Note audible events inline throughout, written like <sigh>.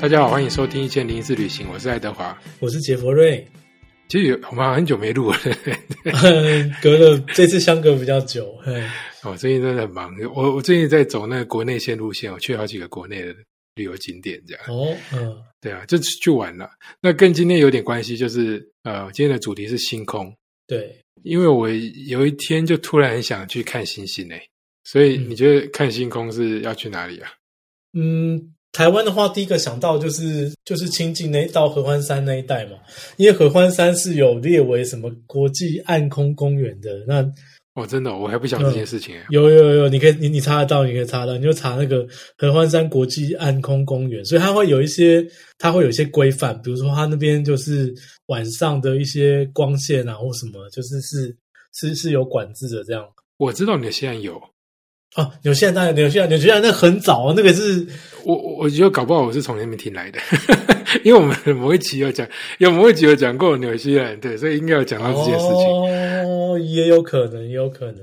大家好，欢迎收听《一千零一次旅行》，我是爱德华。我是杰佛瑞， <laughs> 其实有我们好像很久没录了， <laughs> 隔了这次相隔比较久，嘿我哦最近真的很忙。我我最近在走那个国内线路线，我去好几个国内的旅游景点，这样哦，嗯，对啊，就去玩了。那跟今天有点关系，就是呃，今天的主题是星空，对，因为我有一天就突然很想去看星星诶、所以嗯你觉得看星空是要去哪里啊？嗯，台湾的话，第一个想到就是就是清境那到合欢山那一带嘛，因为合欢山是有列为什么国际暗空公园的，那哦，真的，我还不想这件事情、欸。有有有，你可以你你查得到，你可以查得到，你就查那个合欢山国际暗空公园，所以它会有一些它会有一些规范，比如说它那边就是晚上的一些光线啊或什么，就是是是是有管制的这样。我知道你现在有，哦，纽西兰当然，纽西兰，纽西兰那很早，那个是我我我觉得搞不好我是从那边听来的，因为我们某一期有讲，有某一集有讲过纽西兰，对，所以应该有讲到这件事情。哦，也有可能，也有可能，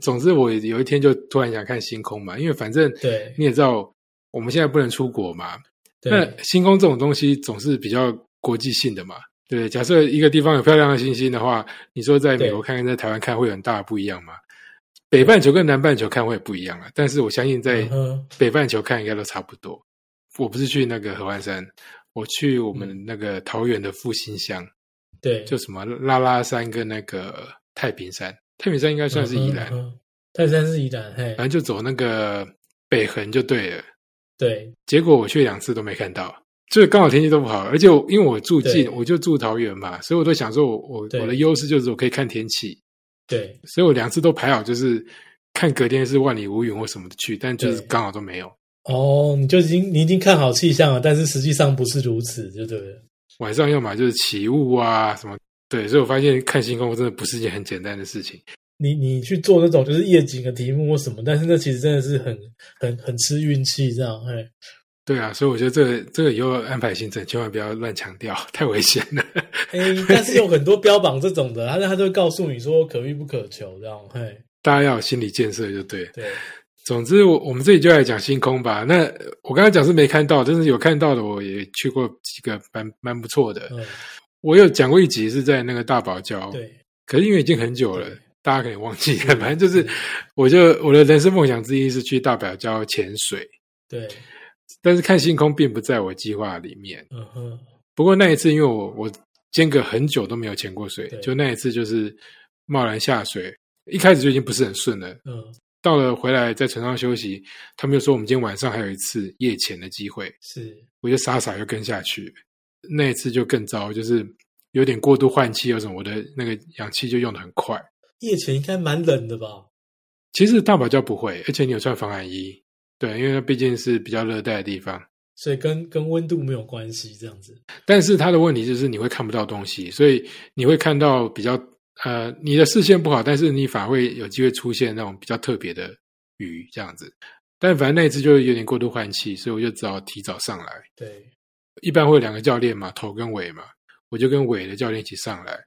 总之，我有一天就突然想看星空嘛，因为反正对你也知道，我们现在不能出国嘛，那对星空这种东西总是比较国际性的嘛。对，假设一个地方有漂亮的星星的话，你说在美国对看跟在台湾看会有很大的不一样吗？北半球跟南半球看会不一样啊，但是我相信在嗯哼北半球看应该都差不多。我不是去那个合欢山，我去我嗯们那个桃园的复兴乡，对，就什么拉拉山跟那个太平山。太平山应该算是宜兰，啊嗯哼，嗯哼泰山是宜兰，嘿反，正就走那个北横就对了。对结果我去两次都没看到，就是刚好天气都不好，而且我因为我住对近，我就住桃园嘛，所以我都想说我我对我的优势就是我可以看天气，对所以我两次都排好，就是看隔天是万里无云或什么的去，但就是对刚好都没有。哦，你就已经你已经看好气象了，但是实际上不是如此，就对了。晚上要么就是起雾啊什么，对，所以我发现看星空真的不是一件很简单的事情。你你去做那种就是夜景的题目或什么，但是那其实真的是很很很吃运气这样，嘿，对啊，所以我觉得这个这个以后安排行程千万不要乱强调， <laughs> 太危险了。 <laughs> 哎，但是有很多标榜这种的，他他就会告诉你说可遇不可求这样，嘿，大家要有心理建设就对了。对，总之我，我们这里就来讲星空吧。那呃我刚才讲是没看到，但是有看到的，我也去过几个蛮蛮不错的。嗯，我有讲过一集是在那个大堡礁，对。可是因为已经很久了对，大家可能忘记了。反正就是，我就我的人生梦想之一是去大堡礁潜水，对，但是看星空并不在我计划里面。嗯哼，不过那一次，因为我我间隔很久都没有潜过水对，就那一次就是贸然下水，一开始就已经不是很顺了。嗯，到了回来在船上休息，他们就说我们今天晚上还有一次夜潜的机会，是，我就傻傻又跟下去。那一次就更糟，就是有点过度换气，有什么我的那个氧气就用的很快。夜潜应该蛮冷的吧？其实大堡礁不会，而且你有穿防寒衣，对，因为它毕竟是比较热带的地方。所以跟跟温度没有关系，这样子。但是它的问题就是你会看不到东西，所以你会看到比较呃你的视线不好，但是你反而会有机会出现那种比较特别的鱼这样子。但反正那一次就有点过度换气，所以我就只好提早上来。对，一般会有两个教练嘛，头跟尾嘛，我就跟尾的教练一起上来。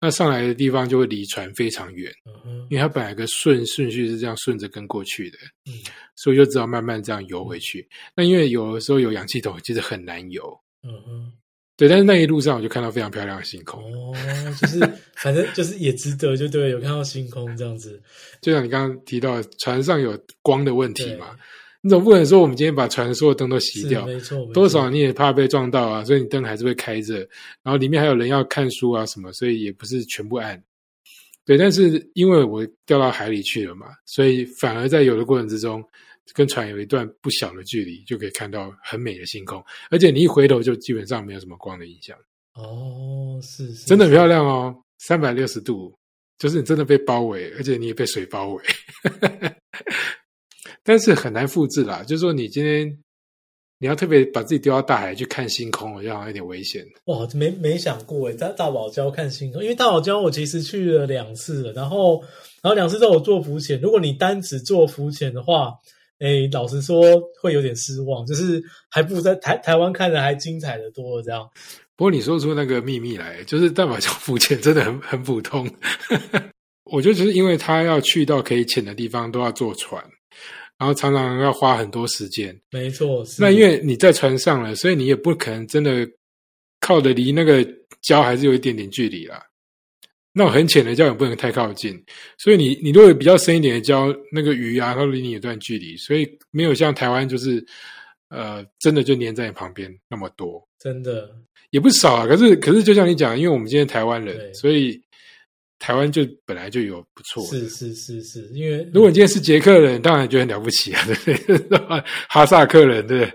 那上来的地方就会离船非常远，嗯哼，因为它本来有个顺顺序是这样顺着跟过去的，嗯所以我就只好慢慢这样游回去。那因为有的时候有氧气筒，其实很难游。嗯哼，对，但是那一路上我就看到非常漂亮的星空，哦，就是反正就是也值得，就对了，有看到星空这样子。就像你刚刚提到，船上有光的问题对，嘛，你总不能说我们今天把船的所有灯都熄是掉，没错，没多错少你也怕被撞到啊，所以你灯还是会开着，然后里面还有人要看书啊什么，所以也不是全部暗。对，但是因为我掉到海里去了嘛，所以反而在游的过程之中，跟船有一段不小的距离，就可以看到很美的星空，而且你一回头就基本上没有什么光的影响，哦，是是真的很是漂亮哦，三百六十度，就是你真的被包围，而且你也被水包围， <laughs> 但是很难复制啦。就是说，你今天你要特别把自己丢到大海去看星空，我觉得好像有点危险。哇，没没想过诶，在大堡礁看星空，因为大堡礁我其实去了两次了，然后然后两次都有做浮潜。如果你单只做浮潜的话，诶，老实说会有点失望，就是还不如在台台湾看的还精彩的多这样。不过你说出那个秘密来，就是蛋堡礁浮潜真的很很普通。 <laughs> 我觉得就是因为他要去到可以潜的地方都要坐船，然后常常要花很多时间。没错，是那因为你在船上了，所以你也不可能真的靠的离那个礁还是有一点点距离啦。那种很浅的礁也不能太靠近，所以你你如果比较深一点的礁，那个鱼啊，它离你有段距离，所以没有像台湾就是呃真的就粘在你旁边那么多，真的也不少啊。可是可是就像你讲，因为我们今天台湾对人，所以台湾就本来就有不错的。是是是是，因为如果你今天是捷克人，当然就很了不起啊，对不对？ <laughs> 哈萨克人，对不对？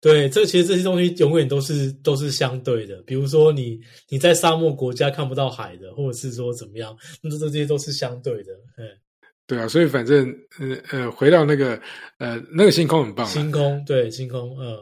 对，这其实这些东西永远都是都是相对的。比如说你你在沙漠国家看不到海的，或者是说怎么样，那这这些都是相对的。嗯，对啊，所以反正呃呃，回到那个呃那个星空很棒啊，星空对星空，嗯，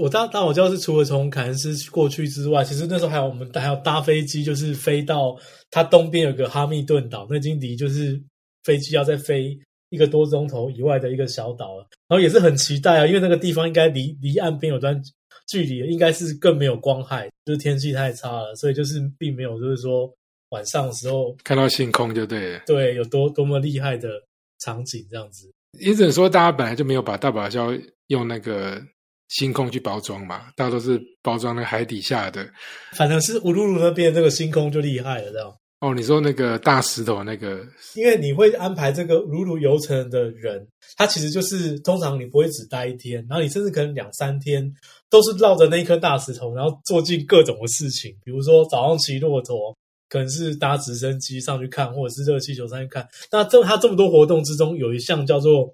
我大大我知道是除了从凯恩斯过去之外，其实那时候还有我们还有搭飞机，就是飞到它东边有个哈密顿岛，那已经离就是飞机要再飞一个多钟头以外的一个小岛了。然后也是很期待啊，因为那个地方应该离离岸边有段距离，应该是更没有光害，就是天气太差了，所以就是并没有就是说晚上的时候看到星空就对了。对有多多么厉害的场景这样子。也只能说大家本来就没有把大堡礁用那个星空去包装嘛，大家都是包装那个海底下的。反正是乌鲁鲁那边那个星空就厉害了，这样。哦，你说那个大石头那个，因为你会安排这个如如游程的人，他其实就是通常你不会只待一天，然后你甚至可能两三天都是绕着那一颗大石头，然后做尽各种的事情，比如说早上骑骆驼，可能是搭直升机上去看，或者是热气球上去看。那这他这么多活动之中，有一项叫做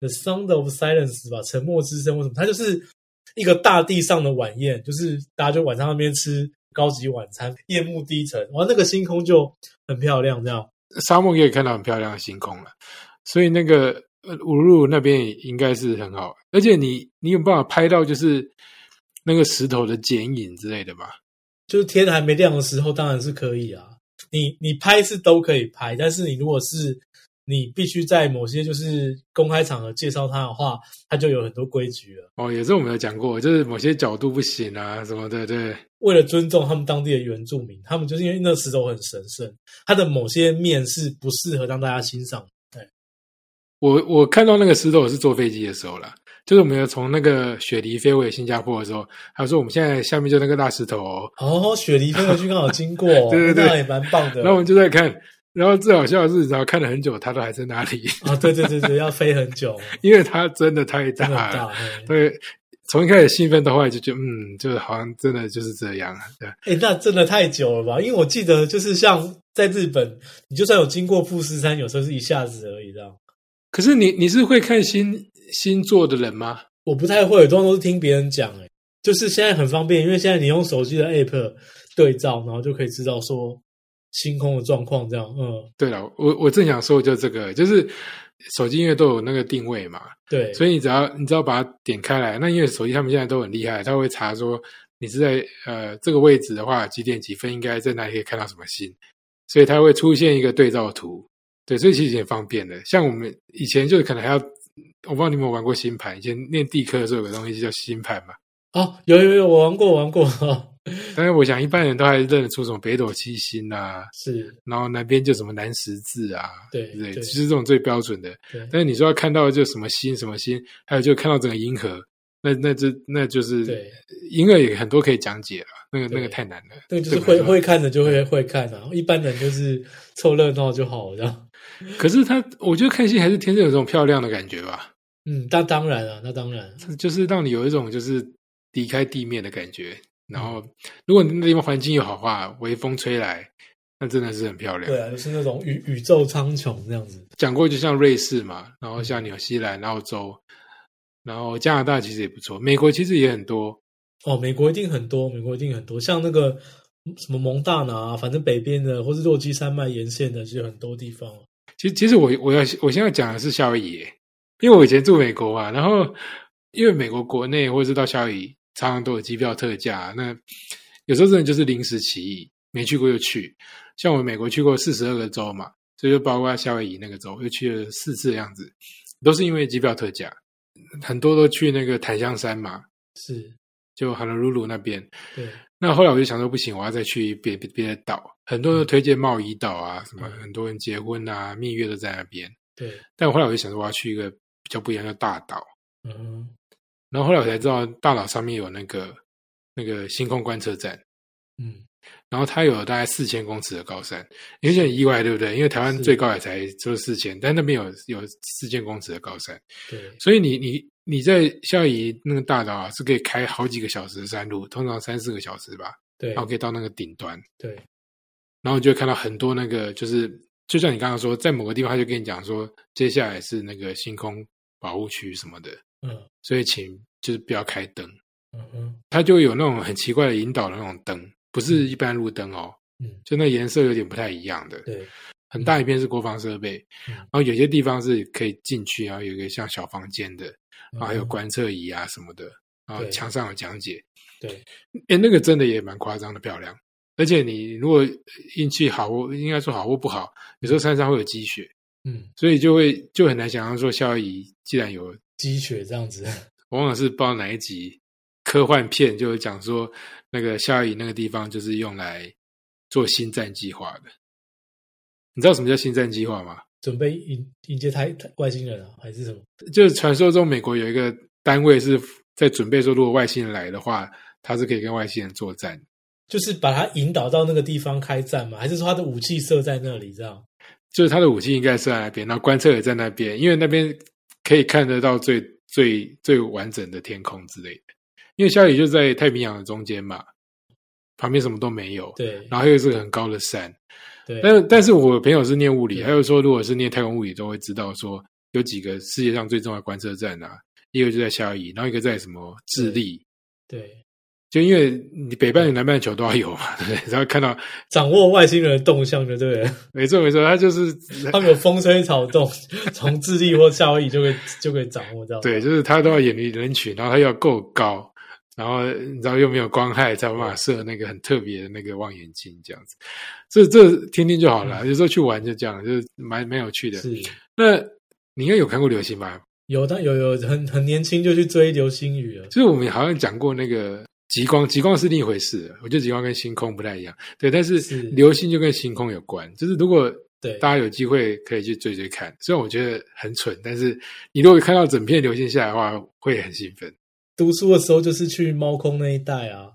The Sound of Silence 吧，沉默之声或什么，它就是一个大地上的晚宴，就是大家就晚上那边吃高级晚餐，夜幕低沉，哇，那个星空就很漂亮，这样。沙漠也可以看到很漂亮的星空了，所以那个呃乌鲁那边也应该是很好，而且你你有办法拍到就是那个石头的剪影之类的吧？就是天还没亮的时候，当然是可以啊。你你拍是都可以拍，但是你如果是你必须在某些就是公开场合介绍它的话，它就有很多规矩了。哦，也是我们有讲过，就是某些角度不行啊什么的，对。为了尊重他们当地的原住民，他们就是因为那石头很神圣，它的某些面是不适合让大家欣赏的。我我看到那个石头，我是坐飞机的时候啦，就是我们有从那个雪梨飞回新加坡的时候，他说我们现在下面就那个大石头、哦，哦，雪梨飞回去刚好经过、哦， <laughs> 对对对那也蛮棒的。然后我们就在看，然后最好笑的是，然后看了很久，它都还在那里，啊，对对对对，要飞很久，因为它真的太真大的了 <laughs> 很大。。嘿对，从一开始兴奋到后来就觉得，嗯，就是好像真的就是这样，啊对， <laughs> 哎、那真的太久了吧？因为我记得，就是像在日本，你就算有经过富士山，有时候是一下子而已这样。可是你你是会看星星座的人吗？我不太会，通常都是听别人讲。哎，就是现在很方便，因为现在你用手机的 app 对照，然后就可以知道说星空的状况这样。嗯，对了，我我正想说就这个，就是手机因为都有那个定位嘛，对，所以以你只要你只要把它点开来，那因为手机他们现在都很厉害，他会查说你是在呃这个位置的话，几点几分应该在哪里可以看到什么星，所以它会出现一个对照图。对，所以其实也方便的。像我们以前就是可能还要，我不知道你有没有玩过星盘，以前念地科的时候有个东西叫星盘嘛，哦，有有有，我玩过，我玩过， <laughs> 但是我想一般人都还认得出什么北斗七星啊，是然后南边就什么南十字啊，对对不对对，就是这种最标准的。对但是你说要看到就什么星什么星，还有就看到整个银河，那那就那就是对，银河也很多可以讲解了，那个对那个太难了。那个就是对会吧会看的就会会看啊，一般人就是凑热闹就好了这样。可是它，我觉得看星还是天生有这种漂亮的感觉吧，嗯，那当然啊，那当然，就是让你有一种就是离开地面的感觉。然嗯后，如果你那地方环境又好的话，微风吹来，那真的是很漂亮。对啊，就是那种宇宇宙苍穹这样子。讲过，就像瑞士嘛，然后嗯像纽西兰、澳洲，然后加拿大其实也不错，美国其实也很多。哦，美国一定很多，美国一定很多，像那个什么蒙大拿、啊，反正北边的或是落基山脉沿线的，其实很多地方。哦其实，其实我我要我现在讲的是夏威夷耶，因为我以前住美国嘛，然后因为美国国内或者是到夏威夷，常常都有机票特价，那有时候真的就是临时起意，没去过就去。像我美国去过四十二个州嘛，所以就包括夏威夷那个州，又去了四次的样子，都是因为机票特价，很多都去那个檀香山嘛，是，就honolulu 那边。对，那后来我就想说，不行，我要再去别别别的岛，很多人推荐贸易岛啊，什么嗯很多人结婚啊、蜜月都在那边。对，但我后来我就想说，我要去一个比较不一样，叫大岛。嗯哼然后后来我才知道，大岛上面有那个那个星空观测站，嗯，然后它有大概四千公尺的高山，有点意外，对不对？因为台湾是最高也才就四千，但那边有有四千公尺的高山，对，所以你你你在夏夷那个大岛啊，是可以开好几个小时的山路，通常三四个小时吧，对然，后可以到那个顶端，对，然后你就会看到很多那个就是就像你刚刚说，在某个地方他就跟你讲说，接下来是那个星空保护区什么的，嗯所以请就是不要开灯。嗯哼，它就有那种很奇怪的引导的那种灯，不是一般路灯哦，嗯，就那颜色有点不太一样的。对，很大一片是国防设备，嗯然后有些地方是可以进去，然后有一个像小房间的，嗯然后还有观测仪啊什么的，然后对墙上有讲解。对，哎，那个真的也蛮夸张的漂亮。而且你如果运气好，或应该说好或不好，有时候山上会有积雪，嗯，所以就会就很难想象说夏威夷既然有积雪这样子，我忘了是不知道哪一集科幻片，就是讲说那个夏威夷那个地方就是用来做星战计划的。你知道什么叫星战计划吗？准备迎迎接台台外星人啊，还是什么？就是传说中美国有一个单位是在准备说，如果外星人来的话，他是可以跟外星人作战。就是把他引导到那个地方开战嘛，还是说他的武器设在那里这样？就是他的武器应该是在那边，然后观测也在那边，因为那边可以看得到最最最完整的天空之类的。因为夏威夷就在太平洋的中间嘛，旁边什么都没有，对然后又是个很高的山，对，但是但是我朋友是念物理，对他就说，如果是念太空物理，都会知道说有几个世界上最重要的观测站啊，一个就在夏威夷，然后一个在什么智利，对，就因为你北半球、南半球都要有嘛， <laughs> 对不对？然后看到，掌握外星人的动向就对了。 <laughs> 没错没错，他就是他们有风吹 <laughs> 草动，从智利或夏威夷就可以就可以掌握到。对，就是他都要远离人群，然后他又要够高。然后你知道又没有光害，才有办法射那个很特别的那个望远镜这样子，这这听听就好了。有时候去玩就这样，就是蛮蛮有趣的。是那你应该有看过流星吧？有，但有有很很年轻就去追流星雨了。就是我们好像讲过那个极光，极光是另一回事。我觉得极光跟星空不太一样，对，但是是流星就跟星空有关。就是如果对，大家有机会可以去追追看，虽然我觉得很蠢，但是你如果看到整片流星下来的话，会很兴奋。读书的时候就是去猫空那一带啊，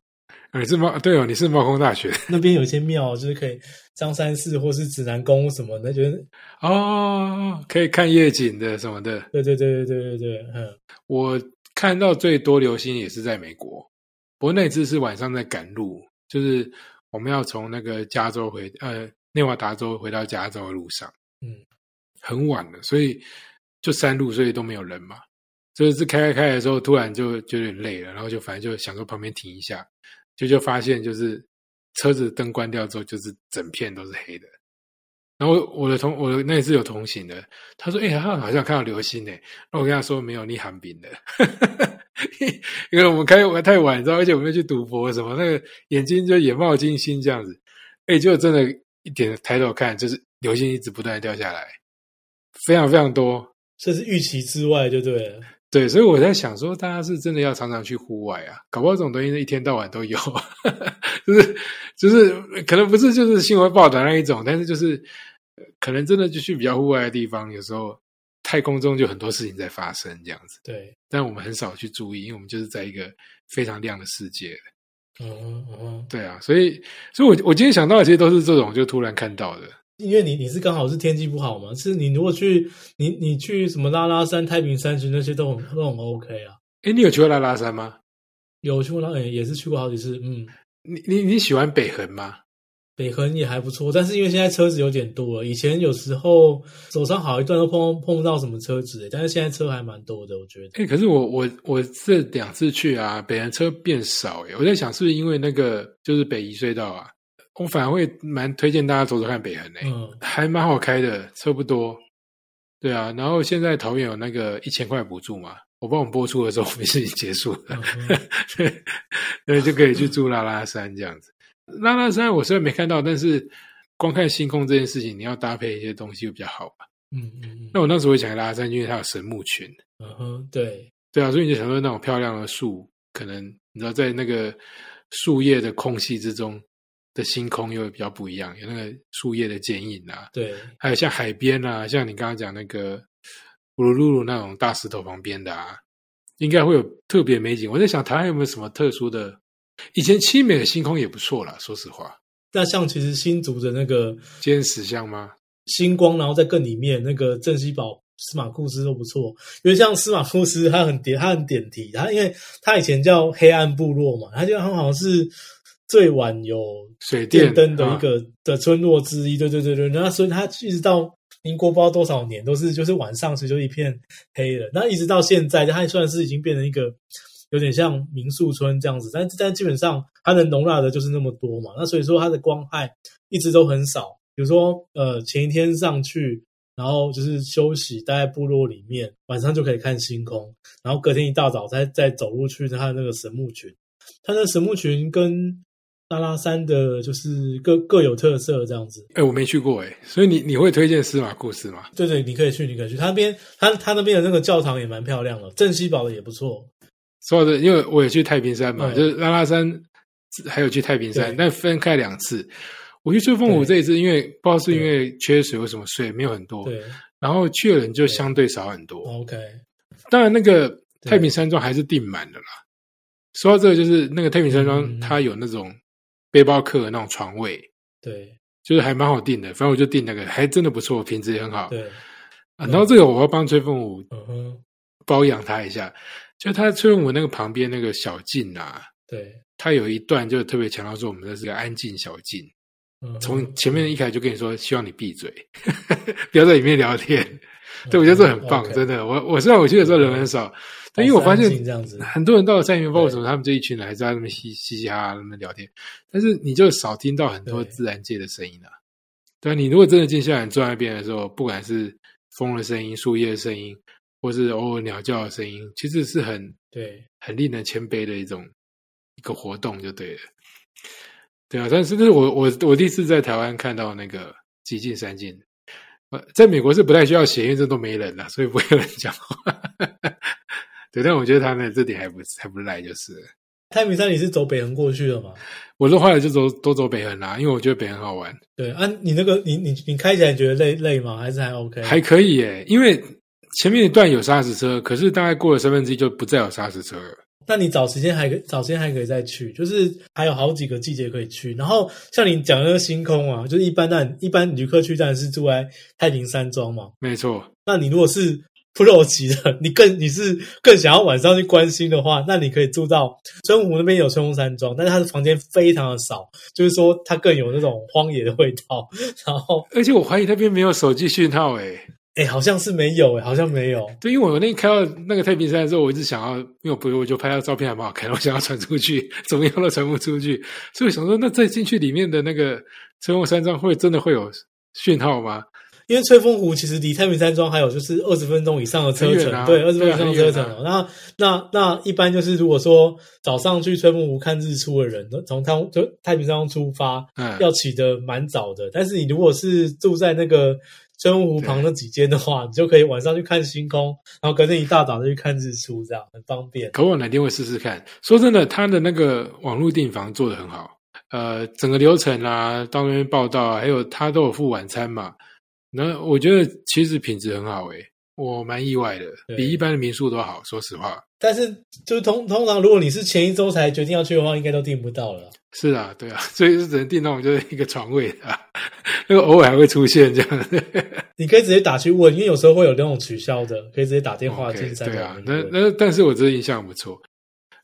啊、你是猫对哦，你是猫空大学那边有一些庙，就是可以张三寺或是指南宫什么的，就是哦， <laughs> 可以看夜景的什么的。对对对对对对对，嗯，我看到最多流星也是在美国，不过那次是晚上在赶路，就是我们要从那个加州回呃内华达州回到加州的路上，嗯，很晚了，所以就山路，所以都没有人嘛。就是开开开的时候，突然就就有点累了，然后就反正就想说旁边停一下，就就发现就是车子灯关掉之后，就是整片都是黑的。然后我的同我的那一次有同行的，他说：“哎、他好像看到流星诶、那我跟他说没有，你喊饼的， <laughs> 因为我们开玩太晚，你知道，而且我们又去赌博什么，那个眼睛就眼冒金星这样子，哎、就真的一点抬头看，就是流星一直不断地掉下来，非常非常多。这是预期之外就对了。对，所以我在想说，大家是真的要常常去户外啊，搞不好这种东西一天到晚都有， <laughs> 就是就是可能不是就是新闻报道那一种，但是就是呃可能真的就去比较户外的地方，有时候太空中就很多事情在发生这样子。对，但我们很少去注意，因为我们就是在一个非常亮的世界。嗯哼嗯哼，对啊，所以，所以我我今天想到的其实都是这种就突然看到的。因为你你是刚好是天气不好嘛，是你如果去你你去什么拉拉山、太平山区那些都很都很 OK 啊。诶，你有去过拉拉山吗？有去过拉，也也是去过好几次，嗯，你你你喜欢北横吗？北横也还不错，但是因为现在车子有点多了，以前有时候手上好一段都碰碰不到什么车子欸，但是现在车还蛮多的，我觉得。哎、可是我我我这两次去啊，北人车变少哎、我在想是不是因为那个就是北宜隧道啊，我反而会蛮推荐大家走走看北横哎、嗯，还蛮好开的，车不多。对啊，然后现在桃园有那个一千块补助嘛，我帮我们播出的时候，我们事情结束了，嗯嗯对， <laughs> 对，就可以去住拉拉山这样子。拉拉山我虽然没看到，但是光看星空这件事情，你要搭配一些东西会比较好吧。嗯嗯那我那时候会想拉拉山，因为它有神木群。嗯哼，对，对啊，所以你就想说那种漂亮的树，可能你知道在那个树叶的空隙之中的星空又比较不一样，有那个树叶的剪影啊，对，还有像海边啊，像你刚刚讲那个乌鲁鲁鲁那种大石头旁边的啊，应该会有特别美景。我在想台湾有没有什么特殊的？以前七美的星空也不错啦，说实话，那像其实新竹的那个尖石像吗？星光，然后在更里面那个镇西堡、司马库斯都不错，因为像司马库斯他很点他很点题，他因为他以前叫黑暗部落嘛，他就他好像是最晚有水电电灯的一啊个的村落之一，对对对对，那所以他一直到民国不知道多少年都是就是晚上其实就一片黑了，那一直到现在，它算是已经变成一个有点像民宿村这样子，但但基本上它能容纳的就是那么多嘛，那所以说它的光害一直都很少。比如说呃前一天上去，然后就是休息待在部落里面，晚上就可以看星空，然后隔天一大早再再走路去它的那个神木群，它的神木群跟拉拉山的就是各各有特色这样子，哎、我没去过哎、所以你你会推荐司马库斯吗？对对，你可以去，你可以去。他那边，他他那边的那个教堂也蛮漂亮的，镇西堡的也不错。说的，因为我也去太平山嘛，嗯就是拉拉山，还有去太平山对，但分开两次。我去翠凤湖对这一次，因为不知道是因为缺水，为什么水没有很多，对哦然后去的人就相对少很多。 ，OK，当然，那个对太平山庄还是订满了啦。说到这个，就是那个太平山庄，嗯它有那种背包客的那种床位，对就是还蛮好订的。反正我就订那个，还真的不错，品质也很好。对，啊然后这个我要帮崔凤舞嗯哼，包养他一下，就他崔凤舞那个旁边那个小径啊，对，他有一段就特别强调说我们这是个安静小径，嗯哼从前面一开始就跟你说希望你闭嘴， <laughs> 不要在里面聊天。对，我觉得这很棒嗯 OK 真的。我我虽然我去的时候人很少，但因为我发现保持安静这样 <laughs> 子，很多人到了三元包为什么他们这一群人还在那边嘻嘻嘻哈哈那边聊天，但是你就少听到很多对自然界的声音了、对啊，你如果真的静下来坐在那边的时候，不管是风的声音、树叶的声音，或是偶尔鸟叫的声音，其实是很对很令人谦卑的一种一个活动，就对了。对啊，但是这是我我我第一次在台湾看到那个极尽三进，呃，在美国是不太需要写，因为这都没人了，所以不会有人讲话。 <laughs> 对，但我觉得他们这点还不还不赖，就是了太平山你是走北横过去的嘛？我都后来就走都走北横啦、因为我觉得北横好玩，对啊，你那个你你你开起来觉得累累吗？还是还 OK？还可以耶。因为前面一段有砂石车，可是大概过了三分之一就不再有砂石车了。那你找时间还可以找时间还可以再去，就是还有好几个季节可以去。然后像你讲的那个星空啊，就是一般但一般旅客去当然是住在太平山庄嘛，没错，那你如果是 Pro 级的，你更你是更想要晚上去关心的话，那你可以住到春湖那边有春湖山庄，但是它的房间非常的少，就是说它更有那种荒野的味道。 <laughs> 然后，而且我怀疑那边没有手机讯号诶。哎、好像是没有、哎，好像没有。对，因为我那天开到那个太平山的时候，我一直想要，因为我不，我就拍到照片还蛮好看的，我想要传出去，怎么样都传不出去，所以我想说，那再进去里面的那个春梦山庄会真的会有讯号吗？因为吹风湖其实离太平山庄还有就是二十分钟以上的车很程，远啊对，二十分对钟以啊很上的车远程啊哦、那那那一般就是如果说早上去吹风湖看日出的人，从太就太平山庄出发，嗯，要起得蛮早的。但是你如果是住在那个真湖旁那几间的话，你就可以晚上去看星空，然后隔天一大早就去看日出，这样很方便。可我哪天会试试看。说真的，他的那个网络订房做得很好，呃，整个流程啊，到那边报道啊，还有他都有付晚餐嘛。那我觉得其实品质很好诶、我蛮意外的，对比一般的民宿都好。说实话，但是就是通通常，如果你是前一周才决定要去的话，应该都订不到了。是啊，对啊，所以是只能订那种就是一个床位的、啊，那个偶尔还会出现这样。你可以直接打去问，因为有时候会有那种取消的，可以直接打电话 OK，进山对啊庄，里那面问那但是我真的印象不错。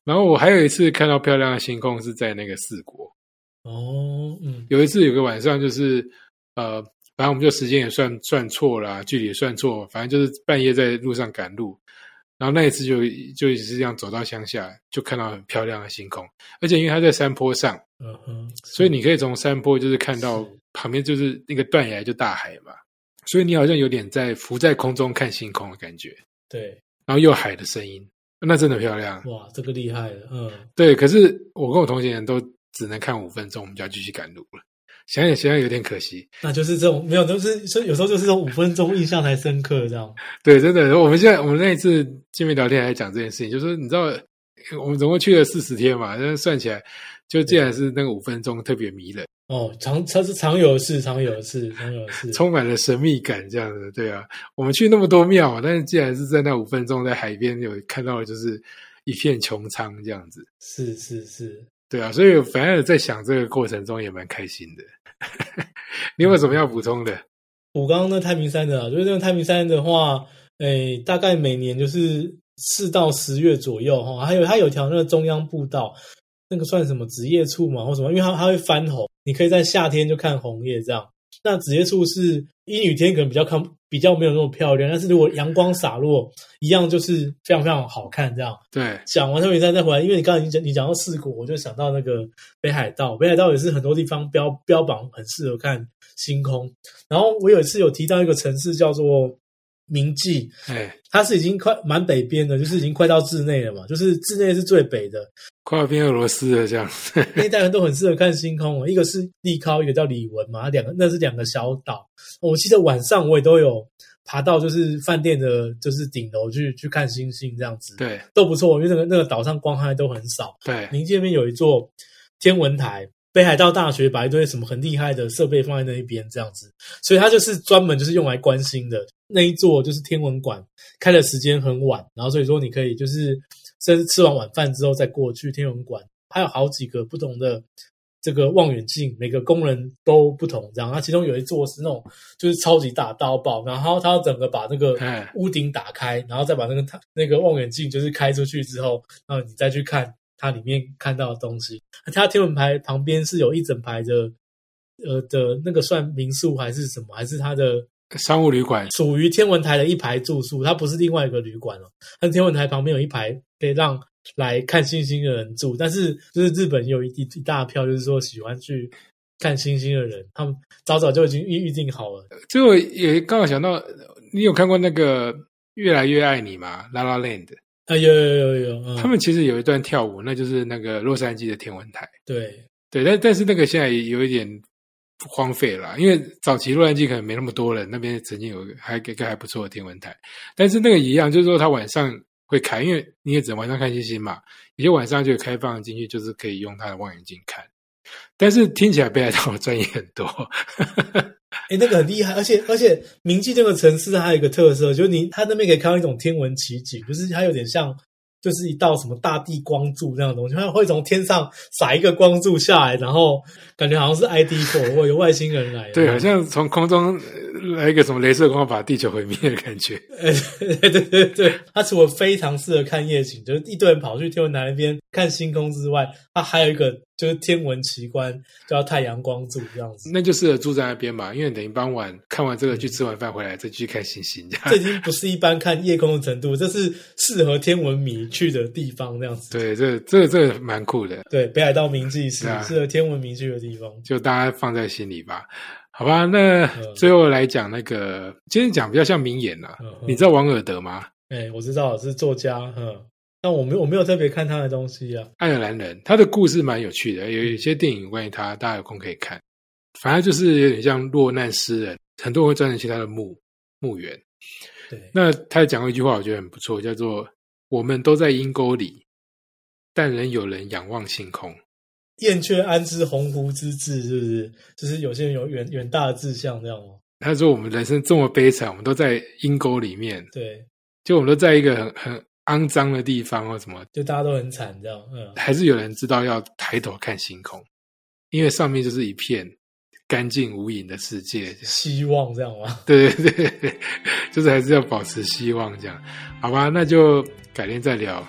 然后我还有一次看到漂亮的星空是在那个四国，哦，嗯，有一次有个晚上就是呃，反正我们就时间也算算错了啊、距离也算错，反正就是半夜在路上赶路。然后那一次就就也是这样走到乡下，就看到很漂亮的星空，而且因为它在山坡上，嗯哼，所以你可以从山坡就是看到是旁边就是那个断崖就大海嘛，所以你好像有点在浮在空中看星空的感觉，对，然后又有海的声音，那真的漂亮。哇，这个厉害了，嗯，对，可是我跟我同行人都只能看五分钟，我们就要继续赶路了。想想想想有点可惜，那就是这种没有，就是所以有时候就是这种五分钟印象才深刻这样。对，真的，我们现在我们那一次见面聊天还讲这件事情，就是你知道我们总共去了四十天嘛，那算起来就竟然是那个五分钟特别迷人，哦，常它是常有的事，常有的事，常有的事。充满了神秘感，这样子，对啊。我们去那么多庙，但是竟然是在那五分钟在海边有看到的就是一片穹苍这样子，是是是，对啊。所以反而在想这个过程中也蛮开心的。 <laughs> 你有没有什么要补充的？我刚刚那太平山的、啊，就是那个太平山的话，诶，大概每年就是四到十月左右哈，还有它有条那个中央步道，那个算什么职业处嘛或什么，因为它它会翻红，你可以在夏天就看红叶这样。那职业处是阴雨天可能比较看比较没有那么漂亮，但是如果阳光洒落，一样就是非常非常好看这样。对，讲完太平山再回来，因为你刚才你讲你讲到四国，我就想到那个北海道，北海道也是很多地方标标榜很适合看星空。然后我有一次有提到一个城市叫做明记，哎，它是已经快蛮北边的，就是已经快到志内了嘛，就是志内是最北的，快要变俄罗斯了这样。 <laughs> 那一带人都很适合看星空哦。一个是利尻，一个叫李文嘛，它两个那是两个小岛。我记得晚上我也都有爬到就是饭店的，就是顶楼去去看星星这样子。对都不错，因为那个那个岛上光害都很少。对，宁静那边有一座天文台，北海道大学把一堆什么很厉害的设备放在那一边这样子，所以它就是专门就是用来观星的那一座就是天文馆，开的时间很晚，然后所以说你可以就是甚至吃完晚饭之后再过去天文馆，还有好几个不同的。这个望远镜每个功能都不同，这样。那其中有一座是那种就是超级大到爆，然后它要整个把那个哎，屋顶打开，然后再把那个它那个望远镜就是开出去之后，然后你再去看它里面看到的东西。它天文台旁边是有一整排的，呃的那个算民宿还是什么，还是它的商务旅馆属于天文台的一排住宿，它不是另外一个旅馆哦。它天文台旁边有一排可以让来看星星的人住，但是就是日本有一一一大票就是说喜欢去看星星的人，他们早早就已经预预定好了。最后也刚好想到，你有看过那个《越来越爱你》吗？《La La Land》啊，有有有有，嗯、他们其实有一段跳舞，那就是那个洛杉矶的天文台。对对，但但是那个现在也有一点荒废了啦，因为早期洛杉矶可能没那么多人，那边曾经有一个还一个还不错的天文台，但是那个一样，就是说它晚上会开，因为你也只能晚上看星星嘛，有些晚上就有开放进去，就是可以用它的望远镜看。但是听起来北海道专业很多，哎、那个很厉害，而且而且明记这个城市还有一个特色，就是你它那边可以看到一种天文奇景，就是它有点像就是一道什么大地光柱那样的东西，它会从天上撒一个光柱下来，然后感觉好像是 ID Four 或有外星人来了，对，好像从空中呃来一个什么镭射光把地球毁灭的感觉。 <laughs> 对对对对，它除了非常适合看夜景，就是一堆人跑去天文台那边看星空之外，它还有一个就是天文奇观叫太阳光柱这样子。那就适合住在那边嘛，因为等于傍晚看完这个去吃完饭回来再去看星星这样。这已经不是一般看夜空的程度，这是适合天文迷去的地方，这样子。对，这这这个蛮酷的，对，北海道名记是对啊适合天文迷去的地方。就大家放在心里吧。好吧，那嗯最后来讲那个，今天讲比较像名言啦、嗯嗯你知道王尔德吗？哎、我知道是作家，嗯，但我没有我没有特别看他的东西啊。爱尔兰人，他的故事蛮有趣的，有一些电影关于他，大家有空可以看。反正就是有点像落难诗人，很多人会专程去他的墓墓园。对，那他也讲过一句话，我觉得很不错，叫做“我们都在阴沟里，但仍有人仰望星空”。燕雀安知鸿鹄之志，是不是？就是有些人有远远大的志向，这样哦。他说：“我们人生这么悲惨，我们都在阴沟里面，对，就我们都在一个很很肮脏的地方或什么，就大家都很惨，这样，嗯，还是有人知道要抬头看星空，因为上面就是一片干净无垠的世界。 <laughs> 希望这样吗？对对对，就是还是要保持希望，这样好吧？那就改天再聊，